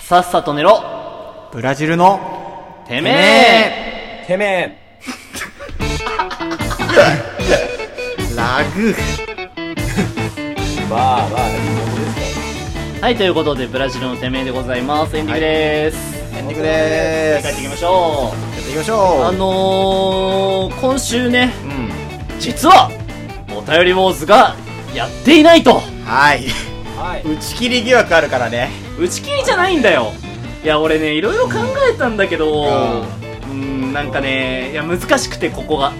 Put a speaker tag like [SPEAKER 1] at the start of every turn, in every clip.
[SPEAKER 1] さっさと寝ろ
[SPEAKER 2] ブラジルの
[SPEAKER 1] てめえ
[SPEAKER 3] てめえ
[SPEAKER 2] ラグ
[SPEAKER 3] まあまあ、いいもんですか
[SPEAKER 1] はい、ということで、ブラジルのてめえでございます。エンディングでーす。
[SPEAKER 2] エンディングでーす
[SPEAKER 1] 帰っていきましょ
[SPEAKER 2] やっていきまし
[SPEAKER 1] う。あ
[SPEAKER 2] ょう
[SPEAKER 1] のー、今週ね、
[SPEAKER 2] うん
[SPEAKER 1] 実は、お便り坊主がやっていないと。
[SPEAKER 2] はい
[SPEAKER 3] ら。はい。
[SPEAKER 2] 打ち切り疑惑あるからね
[SPEAKER 1] 打ち切りじゃないんだよ。いや、俺ね、いろいろ考えたんだけど、うん、なんかね、いや、難しくて、ここが。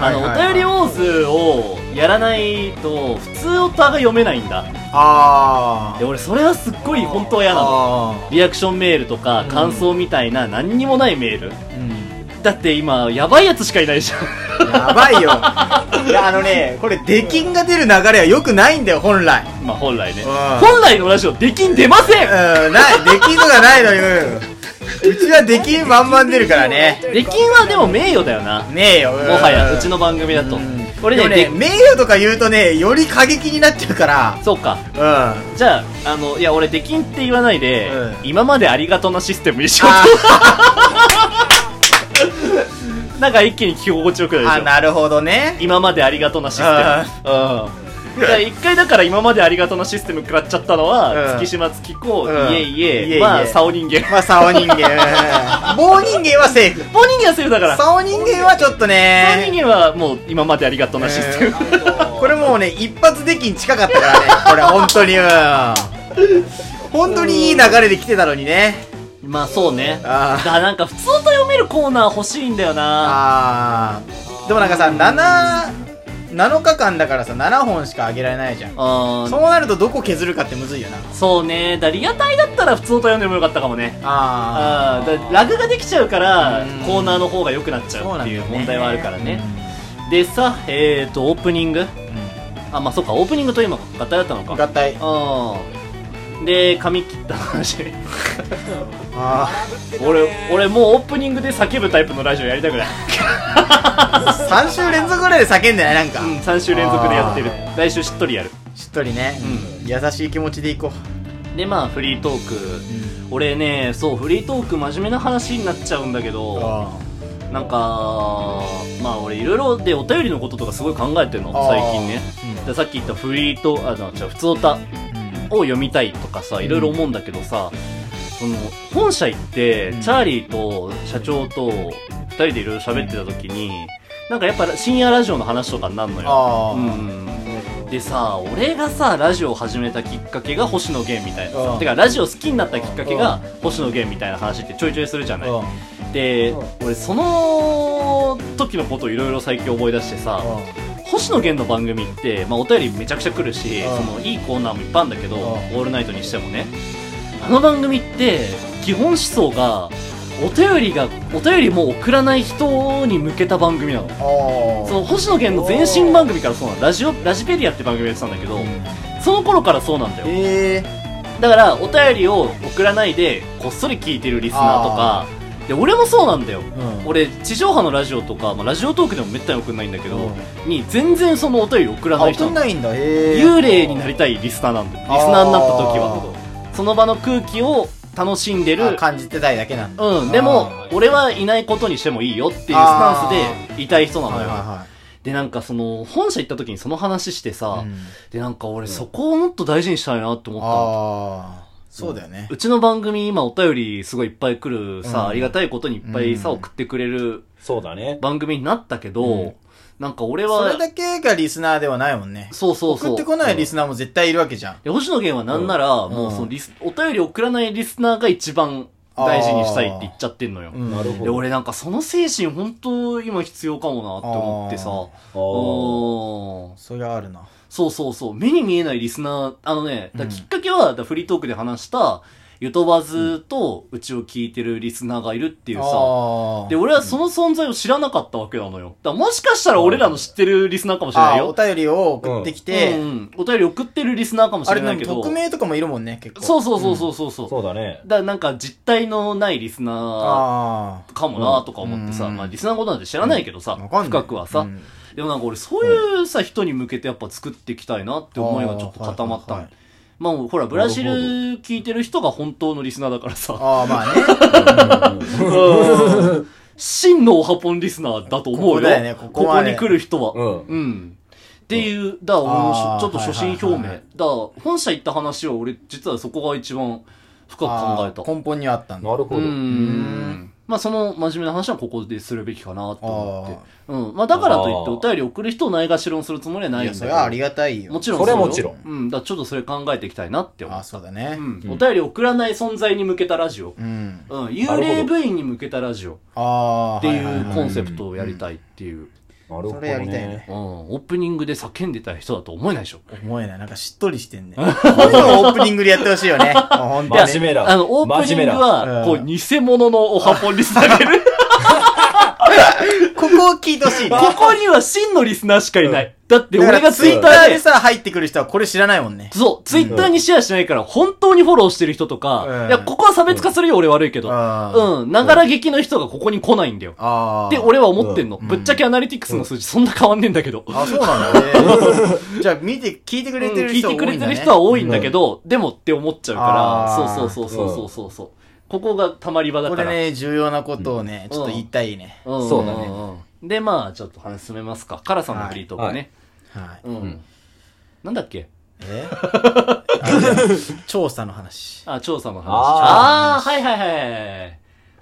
[SPEAKER 1] あの、
[SPEAKER 2] はいはいは
[SPEAKER 1] お
[SPEAKER 2] い
[SPEAKER 1] 便り坊主をやらないと、普通オタが読めないんだ。
[SPEAKER 2] あ
[SPEAKER 1] で、俺、それはすっごい本当は嫌なの。
[SPEAKER 2] あ
[SPEAKER 1] リアクションメールとか感想みたいな何にもないメール、
[SPEAKER 2] ーうん
[SPEAKER 1] だって今やばいやつしかいないじゃ
[SPEAKER 2] やばいよいやあのねこれ出禁が出る流れはよくないんだよ本来
[SPEAKER 1] ん まあ本来ね
[SPEAKER 2] うん
[SPEAKER 1] 本来のラジオできん出ません
[SPEAKER 2] うんない出禁とかないのようちは出禁満々出るからね
[SPEAKER 1] できんはでも名誉だよな
[SPEAKER 2] ねえよ
[SPEAKER 1] もはやうちの番組だと俺ね
[SPEAKER 2] で
[SPEAKER 1] で
[SPEAKER 2] もね名誉とか言うとねより過激になっちゃうか
[SPEAKER 1] そうから
[SPEAKER 2] うん
[SPEAKER 1] じゃああのいや俺できんって言わないで、
[SPEAKER 2] う
[SPEAKER 1] 今までありがとうなシステムにしよ
[SPEAKER 2] あ
[SPEAKER 1] う となんか一気に聞き心地よくな
[SPEAKER 2] あ
[SPEAKER 1] るでしょ
[SPEAKER 2] なるほどね
[SPEAKER 1] 今までありがとうなシステムうんいや一回だから今までありがとうなシステム食らっちゃったのは、
[SPEAKER 2] うん
[SPEAKER 1] 月島月子、
[SPEAKER 2] うん
[SPEAKER 1] いえいえ
[SPEAKER 2] いえいえ
[SPEAKER 1] まあ竿人 間
[SPEAKER 2] まあ竿人間棒人間はセーフ
[SPEAKER 1] ボニーにはセーフだから。
[SPEAKER 2] 竿人間はちょっと
[SPEAKER 1] ボニー
[SPEAKER 2] ね
[SPEAKER 1] にはもう今までありがとうなシステム。
[SPEAKER 2] これもうね一発出禁近かったからねこれ本当にうん本当にいい流れで来てたのにね
[SPEAKER 1] まあそうね。だ
[SPEAKER 2] あー
[SPEAKER 1] からなんか普通と読めるコーナー欲しいんだよな。
[SPEAKER 2] あーでもなんかさ7 7日間だからさ7本しかあげられないじゃん
[SPEAKER 1] うん。
[SPEAKER 2] そうなるとどこ削るかってむずいよな
[SPEAKER 1] そうね。だからリアタイだったら普通と読んでもよかったかもね。
[SPEAKER 2] あ
[SPEAKER 1] あーだからラグができちゃうから
[SPEAKER 2] うん
[SPEAKER 1] コーナーの方が良くなっち
[SPEAKER 2] あ
[SPEAKER 1] ゃ
[SPEAKER 2] そう
[SPEAKER 1] う
[SPEAKER 2] な
[SPEAKER 1] っ
[SPEAKER 2] ん
[SPEAKER 1] て
[SPEAKER 2] だ
[SPEAKER 1] い
[SPEAKER 2] よ
[SPEAKER 1] う
[SPEAKER 2] ね
[SPEAKER 1] 問題はあるからねでさえっ、ー、とオープニングあまあそうかオープニングと今合体だったの
[SPEAKER 2] うん
[SPEAKER 1] か
[SPEAKER 2] 合体
[SPEAKER 1] うんで髪切った 話
[SPEAKER 2] あ
[SPEAKER 1] 俺俺もうオープニングで叫ぶタイプのラジオやりたくない
[SPEAKER 2] あ3週連続ぐらいで叫んでないなんか、
[SPEAKER 1] うん、3週連続でやってる来週しっとりやる
[SPEAKER 2] しっとりね、優しい気持ちでいこ
[SPEAKER 1] でまあフリートーク、
[SPEAKER 2] う、
[SPEAKER 1] 俺ねそうフリートーク真面目な話になっちゃうんだけど
[SPEAKER 2] あ
[SPEAKER 1] なんかまあ俺いろいろでお便りのこととかすごい考えてるの最近ね
[SPEAKER 2] うん
[SPEAKER 1] でさっき言ったフリートあの違う普通歌
[SPEAKER 2] あ
[SPEAKER 1] を読みたいとかさいろいろ思うんだけどさ、その本社行って、
[SPEAKER 2] うん
[SPEAKER 1] チャーリーと社長と2人でいろいろ喋ってた時になんかやっぱ深夜ラジオの話とかになるのよ
[SPEAKER 2] あ
[SPEAKER 1] うん、でさ俺がさラジオを始めたきっかけが星野源みたいな
[SPEAKER 2] う
[SPEAKER 1] さ
[SPEAKER 2] ん
[SPEAKER 1] てかラジオ好きになったきっかけが星野源みたいな話ってちょいちょいするじゃないで俺その時のことをいろいろ最近思い出してさ星野源の番組って、まあ、お便りめちゃくちゃ来るし
[SPEAKER 2] うん
[SPEAKER 1] そのいいコーナーもいっぱいあるんだけど「
[SPEAKER 2] うん
[SPEAKER 1] オールナイト」にしてもねあの番組って基本思想がお便りがお便りも送らない人に向けた番組なのその星野源の前身番組からそうなのラジオラジペディアって番組やってたんだけど、その頃からそうなんだよ
[SPEAKER 2] え
[SPEAKER 1] だからお便りを送らないでこっそり聞いてるリスナーとかで俺もそうなんだよ俺地上波のラジオとか、まあ、ラジオトークでもめったに送んないんだけど、に全然そのお便り送ら
[SPEAKER 2] あ
[SPEAKER 1] ない
[SPEAKER 2] 送
[SPEAKER 1] 人
[SPEAKER 2] ん
[SPEAKER 1] なの
[SPEAKER 2] ないんだえ
[SPEAKER 1] 幽霊になりたいリスナーなんだよリスナーになった時はその場の空気を楽しんでる
[SPEAKER 2] 感じてたいだけなんだ
[SPEAKER 1] うん、でも
[SPEAKER 2] あ、
[SPEAKER 1] 俺はいないことにしてもいいよっていうスタンスでいたい人なのよ。
[SPEAKER 2] はい
[SPEAKER 1] で、なんかその、本社行った時にその話してさ、
[SPEAKER 2] うん
[SPEAKER 1] で、なんか俺そこをもっと大事にしたいなって思ったの。
[SPEAKER 2] ああそうだよね
[SPEAKER 1] うちの番組今お便りすごいいっぱい来るさ、
[SPEAKER 2] うん
[SPEAKER 1] ありがたいことにいっぱいさ、
[SPEAKER 2] うん
[SPEAKER 1] 送ってくれる
[SPEAKER 3] そうだね。
[SPEAKER 1] 番組になったけど、
[SPEAKER 2] うん
[SPEAKER 1] なんか俺
[SPEAKER 2] そ
[SPEAKER 1] は、
[SPEAKER 2] れだけがリスナーではないもんね
[SPEAKER 1] そうそうそう。
[SPEAKER 2] 送ってこないリ
[SPEAKER 1] ス
[SPEAKER 2] スナーも絶対いるわけじゃん
[SPEAKER 1] で星野源はなんなら、
[SPEAKER 2] ん
[SPEAKER 1] もうそのリス、お便り送らないリスナーが一番大事にしたいって言っちゃってんのよ。
[SPEAKER 2] うん
[SPEAKER 3] なるほ
[SPEAKER 1] で、
[SPEAKER 3] ど。
[SPEAKER 1] 俺なんかその精神本当今必要かもなって思ってさ。
[SPEAKER 2] あー
[SPEAKER 3] あー
[SPEAKER 1] おー
[SPEAKER 2] そりゃあるな
[SPEAKER 1] そうそうそう。目に見えないリスナー、あのね、だ
[SPEAKER 2] うん
[SPEAKER 1] きっかけは、だフリートークで話した、ゆとばずとうちを聞いてるリスナーがいるっていうさ。
[SPEAKER 2] あー
[SPEAKER 1] で、俺はその存在を知らなかったわけなのよ。だからもしかしたら俺らの知ってるリスナーかもしれ
[SPEAKER 2] あ
[SPEAKER 1] ない
[SPEAKER 2] ーお
[SPEAKER 1] よ。
[SPEAKER 2] 便りを送ってきて、
[SPEAKER 1] うんうん、お便り送ってるリスナーかもし
[SPEAKER 2] あ
[SPEAKER 1] れ
[SPEAKER 2] れ
[SPEAKER 1] な
[SPEAKER 2] ないん
[SPEAKER 1] け
[SPEAKER 2] か
[SPEAKER 1] ど。
[SPEAKER 2] 匿名とかもいるもんね結構
[SPEAKER 1] そうそうそうそうそう。そう
[SPEAKER 3] そうだね。
[SPEAKER 1] だからなんか実体のないリスナ
[SPEAKER 2] あ
[SPEAKER 1] ーかもなとか思ってさ、
[SPEAKER 2] うん
[SPEAKER 1] まあリスナーのことなんて知らないけど
[SPEAKER 2] あ
[SPEAKER 1] さ、
[SPEAKER 2] わかんない
[SPEAKER 1] 深くはさ、
[SPEAKER 2] うん
[SPEAKER 1] でもなんか俺そういうさ、人に向けてやっぱ作っていきたいなって思いがちょっと固まったの、
[SPEAKER 2] あーはいはいはい
[SPEAKER 1] まあもうほら、ブラジル聞いてる人が本当のリスナーだからさ、
[SPEAKER 2] ああ、ま あね。
[SPEAKER 1] 真のオハポンリスナーだと思うよ。
[SPEAKER 2] ここだよねここまで
[SPEAKER 1] に来る人は。
[SPEAKER 3] うん
[SPEAKER 1] うん。っていう、だから俺も
[SPEAKER 2] あー
[SPEAKER 1] しちょっと初心表
[SPEAKER 2] は
[SPEAKER 1] 明。
[SPEAKER 2] いはいはいはい
[SPEAKER 1] だから本社行った話は俺、実はそこが一番深く考え
[SPEAKER 2] あ
[SPEAKER 1] た。
[SPEAKER 2] ー根本にはあったんだ。
[SPEAKER 3] なるほ
[SPEAKER 1] う
[SPEAKER 3] ど。
[SPEAKER 1] ん。まあその真面目な話はここでするべきかなと思
[SPEAKER 2] あ
[SPEAKER 1] って。うん。まあだからといってお便り送る人をないがしろにするつもりはないい
[SPEAKER 2] や、
[SPEAKER 1] ん
[SPEAKER 2] それはあ
[SPEAKER 1] だ
[SPEAKER 2] り
[SPEAKER 1] け
[SPEAKER 2] がたい
[SPEAKER 1] ど。
[SPEAKER 2] よ。
[SPEAKER 1] もちろん
[SPEAKER 3] それはもちろん
[SPEAKER 1] それをうん。だからちょっとそれ考えていきたいなって思
[SPEAKER 2] あ
[SPEAKER 1] う
[SPEAKER 2] あ、。そうだね
[SPEAKER 1] う。ん。お便り送らない存在に向けたラジオ。
[SPEAKER 2] うん。
[SPEAKER 1] うん。幽霊部員に向けたラジオ
[SPEAKER 2] ああ、
[SPEAKER 1] って
[SPEAKER 2] はいは
[SPEAKER 1] う
[SPEAKER 2] は
[SPEAKER 1] コンセプトをやりたいっていう。
[SPEAKER 3] なるほど、ね。
[SPEAKER 2] それやりたいね
[SPEAKER 1] うん。オープニングで叫んでた人だと思えないでしょ。
[SPEAKER 2] 思えない。なんかしっとりして んね。こういうのをオープニングでやってほしいよね。もう本当に。
[SPEAKER 3] 真面目だ。
[SPEAKER 1] あの、オープニング
[SPEAKER 2] 真面目な
[SPEAKER 1] は、こ
[SPEAKER 2] う
[SPEAKER 1] う、
[SPEAKER 2] ん
[SPEAKER 1] 偽物のおはぽんリスナーがい る。
[SPEAKER 2] ここを聞いてほしいね。
[SPEAKER 1] ここには真のリスナーしかいない。だって
[SPEAKER 2] だから
[SPEAKER 1] 俺がツイッタ
[SPEAKER 2] ツイッタ
[SPEAKER 1] ー
[SPEAKER 2] ーで
[SPEAKER 1] で、
[SPEAKER 2] さ、入ってくる人はこれ知らないもんね。
[SPEAKER 1] そう、ツイッターにシェアしないから、本当にフォローしてる人とか、
[SPEAKER 2] うん
[SPEAKER 1] いや、ここは差別化するよ、俺悪いけど。
[SPEAKER 2] あ
[SPEAKER 1] うん、ながら劇の人がここに来ないんだよ。
[SPEAKER 2] あー。
[SPEAKER 1] って俺は思ってんの。
[SPEAKER 2] ん
[SPEAKER 1] ぶっちゃけアナリティクスの数字そんな変わんねえんだけど。
[SPEAKER 2] あ、そうなんだね。 じゃあ見て、聞いてくれてる
[SPEAKER 1] 聞い
[SPEAKER 2] 人は
[SPEAKER 1] て
[SPEAKER 2] 多
[SPEAKER 1] く
[SPEAKER 2] い
[SPEAKER 1] れ
[SPEAKER 2] ん
[SPEAKER 1] て
[SPEAKER 2] だね。
[SPEAKER 1] る人は多いんだけど、でもって思っちゃうから、
[SPEAKER 2] あー
[SPEAKER 1] そうそうそうそうそうそう。うここがたまり場だ
[SPEAKER 2] こ
[SPEAKER 1] か
[SPEAKER 2] れ
[SPEAKER 1] ら。
[SPEAKER 2] ね、重要なことをね、
[SPEAKER 1] うん
[SPEAKER 2] ちょっと言いたいね。
[SPEAKER 1] ん
[SPEAKER 3] そうだね
[SPEAKER 1] んで、まあ、ちょっと話進めますか。カラさんのフリートークね。
[SPEAKER 2] はい。
[SPEAKER 1] うん。なんだっけ
[SPEAKER 2] え あ調査の話。
[SPEAKER 1] あ、調査の話。あ
[SPEAKER 3] あ
[SPEAKER 1] あー、はいはいはい。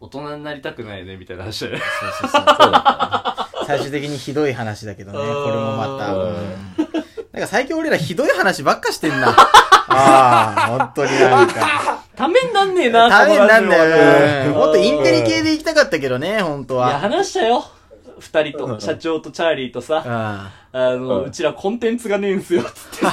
[SPEAKER 1] 大人になりたくないね、みたいな話だよね。
[SPEAKER 2] そうそうそう。
[SPEAKER 3] そうだ
[SPEAKER 2] 最終的にひどい話だけどね、こ
[SPEAKER 1] あ
[SPEAKER 2] れ
[SPEAKER 1] ー
[SPEAKER 2] もまた。うんなんか最近俺らひどい話ばっかしてんな。ああ、本当になんか。
[SPEAKER 1] ためになんねえな、
[SPEAKER 2] 大変なん
[SPEAKER 1] このラジオはね
[SPEAKER 2] だよ。もっとインテリ系で行きたかったけどね、本当
[SPEAKER 1] いや、
[SPEAKER 2] は。
[SPEAKER 1] 話したよ。二人と、社長とチャーリーとさ、あの、
[SPEAKER 3] うん
[SPEAKER 1] うちらコンテンツがねえんすよ、つって。
[SPEAKER 2] うん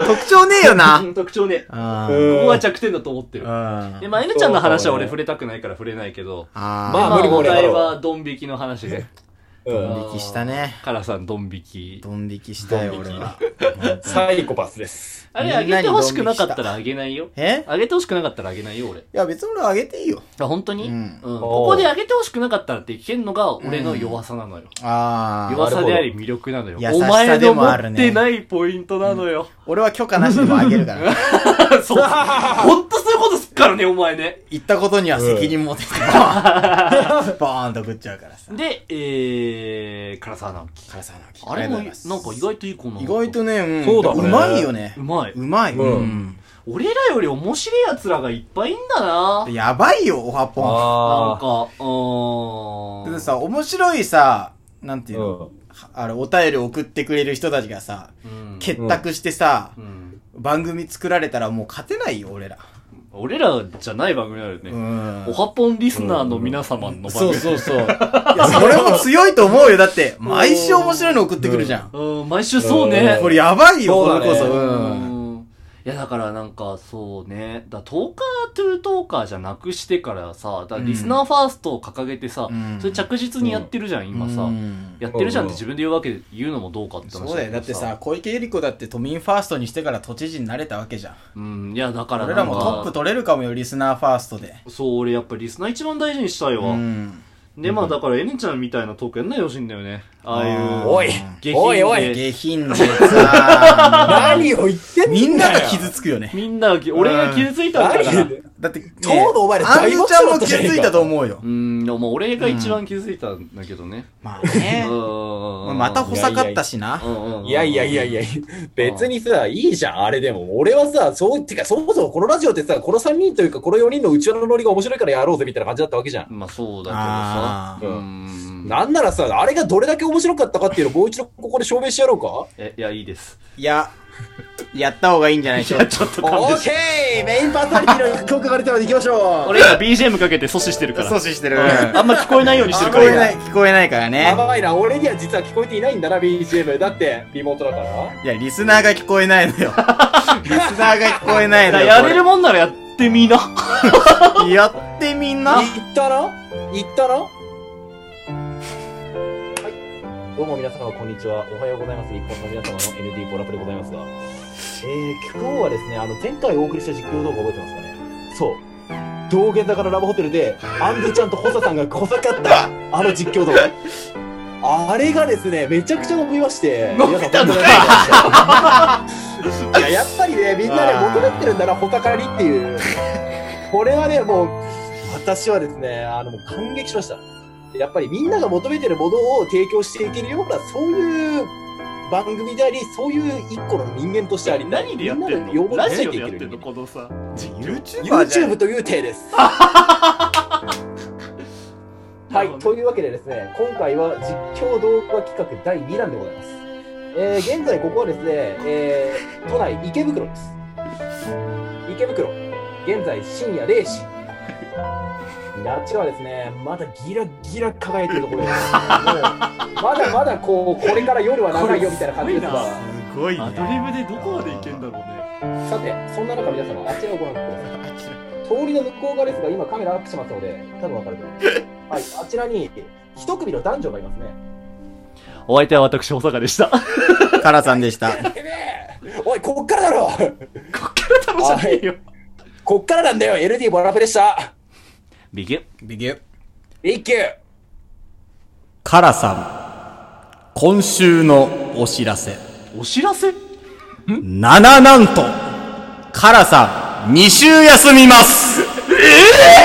[SPEAKER 2] 特徴ねえよな。
[SPEAKER 1] 特徴ね。こ
[SPEAKER 2] あ
[SPEAKER 3] うん
[SPEAKER 1] こは弱点だと思ってる。
[SPEAKER 2] あ
[SPEAKER 1] で、まあ、犬ちゃんの話は俺触れたくないから触れないけど、
[SPEAKER 3] ま
[SPEAKER 2] あ
[SPEAKER 3] あ無理
[SPEAKER 1] お
[SPEAKER 3] 無理
[SPEAKER 1] 題はドン引きの話で。
[SPEAKER 3] う
[SPEAKER 2] ー、
[SPEAKER 3] ん。
[SPEAKER 2] ドン引きしたね。
[SPEAKER 1] カラさんドン引き。
[SPEAKER 2] ドン引きしたよ、俺は。
[SPEAKER 3] サイコパスです。
[SPEAKER 1] あれ、あげてほしくなかったらあげないよ。
[SPEAKER 2] え
[SPEAKER 1] あげてほしくなかったらあげないよ、俺。
[SPEAKER 2] いや、別に俺あげていいよ。
[SPEAKER 1] あ、本当に
[SPEAKER 2] う
[SPEAKER 1] うんん。ここであげてほしくなかったらって聞けんのが俺の弱さなのよ。
[SPEAKER 2] ああ。
[SPEAKER 1] 弱さであり魅力なのよ。
[SPEAKER 2] なる
[SPEAKER 1] お
[SPEAKER 2] ほど
[SPEAKER 1] 前
[SPEAKER 2] 優しさで
[SPEAKER 1] の持
[SPEAKER 2] もある
[SPEAKER 1] っ
[SPEAKER 2] ね
[SPEAKER 1] てないポイントなのよ。
[SPEAKER 2] 俺は許可なしでもあげる から。
[SPEAKER 1] そう。ほんとそういうことすっからね、お前ね。
[SPEAKER 2] 言ったことには責任持てて、ボーンボーンと食っちゃうからさ。
[SPEAKER 1] で、えー、唐沢直樹。
[SPEAKER 2] 辛さの秋
[SPEAKER 1] あれも、なんか意外といい子なの
[SPEAKER 2] 意外とね、うん、
[SPEAKER 3] そうだね
[SPEAKER 2] うまいよね。
[SPEAKER 1] う。まいう
[SPEAKER 2] まい。
[SPEAKER 3] うん
[SPEAKER 2] うん
[SPEAKER 1] 俺らより面白い奴らがいっぱいいんだななんか、
[SPEAKER 2] やばいよ、おはぽ
[SPEAKER 3] あ
[SPEAKER 1] うー
[SPEAKER 2] ん。だ
[SPEAKER 1] ん。
[SPEAKER 2] ってさ、面白いさ、なんて
[SPEAKER 3] あ。
[SPEAKER 2] いう
[SPEAKER 3] う
[SPEAKER 2] の、
[SPEAKER 3] ん。
[SPEAKER 2] あれ、お便り送ってくれる人たちがさ、
[SPEAKER 1] うん
[SPEAKER 2] 結託してさ
[SPEAKER 1] う、ん
[SPEAKER 2] 番組作られたらもう勝てないよ、俺ら。
[SPEAKER 1] 俺らじゃない番組あるね。
[SPEAKER 2] うん
[SPEAKER 1] お。はぽんリスナーの皆様の番組。
[SPEAKER 2] そうそうそう。いや、それも強いと思うよ。だって、毎週面白いの送ってくるじゃん。
[SPEAKER 1] うん、毎週そうね。
[SPEAKER 2] これやばいよ、こ
[SPEAKER 3] そうだ
[SPEAKER 2] れ
[SPEAKER 3] ね
[SPEAKER 2] こそ。
[SPEAKER 1] う
[SPEAKER 2] うん。
[SPEAKER 1] ん。いや、だからなんか、そうね。だトーカートゥートーカーじゃなくしてからさ、だリスナーファーストを掲げてさ、
[SPEAKER 2] うん
[SPEAKER 1] それ着実にやってるじゃん、今さ。
[SPEAKER 2] うん
[SPEAKER 1] やってるじゃんって自分で言うわけで言うのもどうかって話
[SPEAKER 2] そうだよ。だってさ、、小池百合子だって都民ファーストにしてから都知事になれたわけじゃん。
[SPEAKER 1] うん、いや、だから
[SPEAKER 2] 俺
[SPEAKER 1] な
[SPEAKER 2] ら
[SPEAKER 1] んか、
[SPEAKER 2] もトップ取れるかもよ、リスナーファーストで。
[SPEAKER 1] そう、俺やっぱリスナー一番大事にしたいわ。
[SPEAKER 2] ん。
[SPEAKER 1] で、まあだから、エレンちゃんみたいなトークやんないでほしいんだよね。ああいう。
[SPEAKER 3] おい
[SPEAKER 1] 下品で
[SPEAKER 3] おいおい
[SPEAKER 2] 下品で さ、
[SPEAKER 3] 何を言ってんだよ
[SPEAKER 2] みんなが傷つくよね。
[SPEAKER 1] みんなが、俺が傷ついたんだから。
[SPEAKER 3] 何言
[SPEAKER 2] だって、ね
[SPEAKER 3] ちょうどお前ら
[SPEAKER 2] アン
[SPEAKER 3] 大
[SPEAKER 2] ズ
[SPEAKER 3] 爆
[SPEAKER 2] ちゃん
[SPEAKER 3] 笑だ
[SPEAKER 2] も
[SPEAKER 3] った
[SPEAKER 2] 傷
[SPEAKER 3] じゃねえか
[SPEAKER 2] ついたと思うよ
[SPEAKER 1] う。ん、でもまあ俺が一番傷ついたんだけどね。
[SPEAKER 2] まあね
[SPEAKER 1] う。ん。
[SPEAKER 2] また補佐かったしな
[SPEAKER 1] う。んうんうん
[SPEAKER 3] いやいやいやいや、別にさ、いいじゃん、あれでも。俺はさ、そう、てか、そもそもこのラジオってさ、この3人というか、この4人のうちのノリが面白いからやろうぜ、みたいな感じだったわけじゃん。
[SPEAKER 1] まあそうだ
[SPEAKER 2] あ
[SPEAKER 1] け
[SPEAKER 2] ー
[SPEAKER 1] どさ。うん。
[SPEAKER 3] なんならさ、あれがどれだけ面白かったかっていうのをもう一度ここで証明してやろうか
[SPEAKER 1] え、いや、いいです。
[SPEAKER 2] いや、やった方がいいんじゃないでしょう か。
[SPEAKER 1] ちょっと
[SPEAKER 3] オーケーメインパーソナリティの曲が出てまでいきましょう
[SPEAKER 1] 俺今 BGM かけて阻止してるから。
[SPEAKER 2] 阻止してる。
[SPEAKER 1] あんま聞こえないようにしてる
[SPEAKER 2] 聞
[SPEAKER 1] か
[SPEAKER 2] こ
[SPEAKER 1] ら。
[SPEAKER 2] えない、聞こえないからね
[SPEAKER 3] や。ばいな、俺には実は聞こえていないんだな、BGM。だって、リモートだから。
[SPEAKER 2] いや、リスナーが聞こえない のよ。リスナーが聞こえない
[SPEAKER 1] だか
[SPEAKER 2] の
[SPEAKER 1] ら
[SPEAKER 2] よ。
[SPEAKER 1] やれるもんならやってみな。
[SPEAKER 2] これやってみんな。
[SPEAKER 3] 行ったな行ったなはい。どうも皆様、こんにちは。おはようございます。日本の皆様の ND ポラプでございますが。えー、今日はですね、あの、前回お送りした実況動画覚えてますかねそう。道玄坂のラブホテルで、アンズちゃんとホサさんがこさかった、あの実況動画。あれがですね、めちゃくちゃ伸びまして。
[SPEAKER 1] 伸びたの
[SPEAKER 3] 皆さん本当にありがとうございました いや、やっぱりね、みんなね、求めてるんだな、ホタカリっていう。 これはね、もう、私はですね、あの、もう感激しました。やっぱりみんなが求めてるものを提供していけるような、そういう番組であり、そういう一個の人間としてあり、
[SPEAKER 1] 何でやってん
[SPEAKER 3] みん
[SPEAKER 1] の
[SPEAKER 3] な
[SPEAKER 1] ラジオ
[SPEAKER 3] の要望に応えて
[SPEAKER 1] で
[SPEAKER 3] い
[SPEAKER 1] やっ
[SPEAKER 3] け
[SPEAKER 1] て
[SPEAKER 3] る
[SPEAKER 1] んのこのさ
[SPEAKER 2] YouTuber じゃん
[SPEAKER 3] YouTube という体 です。はい、というわけでですね、今回は実況動画企画第2弾でございます。えー、現在ここはですね、えー、都内池袋です。池袋、現在深夜0時。あっちはですね、まだギラギラ輝いてるところ です。もうまだまだこう、これから夜は長いよみたいな感じです
[SPEAKER 1] これ
[SPEAKER 3] が
[SPEAKER 1] すごい。
[SPEAKER 2] すごいね
[SPEAKER 1] アドリブでどこまでいけんだろうね
[SPEAKER 3] さて、そんな中皆様、あちらをご覧ください。通りの向こう側ですが、今カメラアップしますので、多分わかると思います。はい、あちらに一組の男女がいますね。
[SPEAKER 1] お相手は私保坂でした
[SPEAKER 2] カラさんでした
[SPEAKER 3] てめえおい、こっからだろ
[SPEAKER 1] こっから楽しないよ
[SPEAKER 3] こっからなんだよ !LD ボラフでした
[SPEAKER 1] ビギュ
[SPEAKER 2] ビギュ
[SPEAKER 3] 一級
[SPEAKER 2] カラさん今週のお知らせ
[SPEAKER 1] お知らせ
[SPEAKER 2] なななんとカラさん2週休みます
[SPEAKER 1] 待ってよ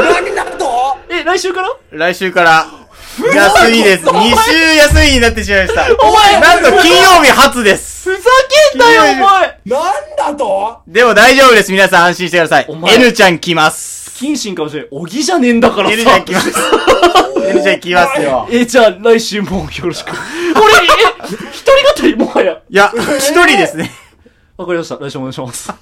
[SPEAKER 3] 何なんと
[SPEAKER 1] え来週から
[SPEAKER 2] 来週から休みです2週休みになってしまいました
[SPEAKER 1] お前
[SPEAKER 2] なんと金曜日初です
[SPEAKER 1] ふざけんなよお前
[SPEAKER 3] なんだと
[SPEAKER 2] でも大丈夫です皆さん安心してください
[SPEAKER 1] お前
[SPEAKER 2] N ちゃん来ます
[SPEAKER 1] 謹慎かもしれんおぎじゃねえんだから
[SPEAKER 2] N ちゃん来ま
[SPEAKER 1] さ
[SPEAKER 2] す N ちゃん来ますよ
[SPEAKER 1] えじゃあ来週もよろしく俺 え一人語りもはや
[SPEAKER 2] いや、一人ですね。
[SPEAKER 1] わかりました来週お願いします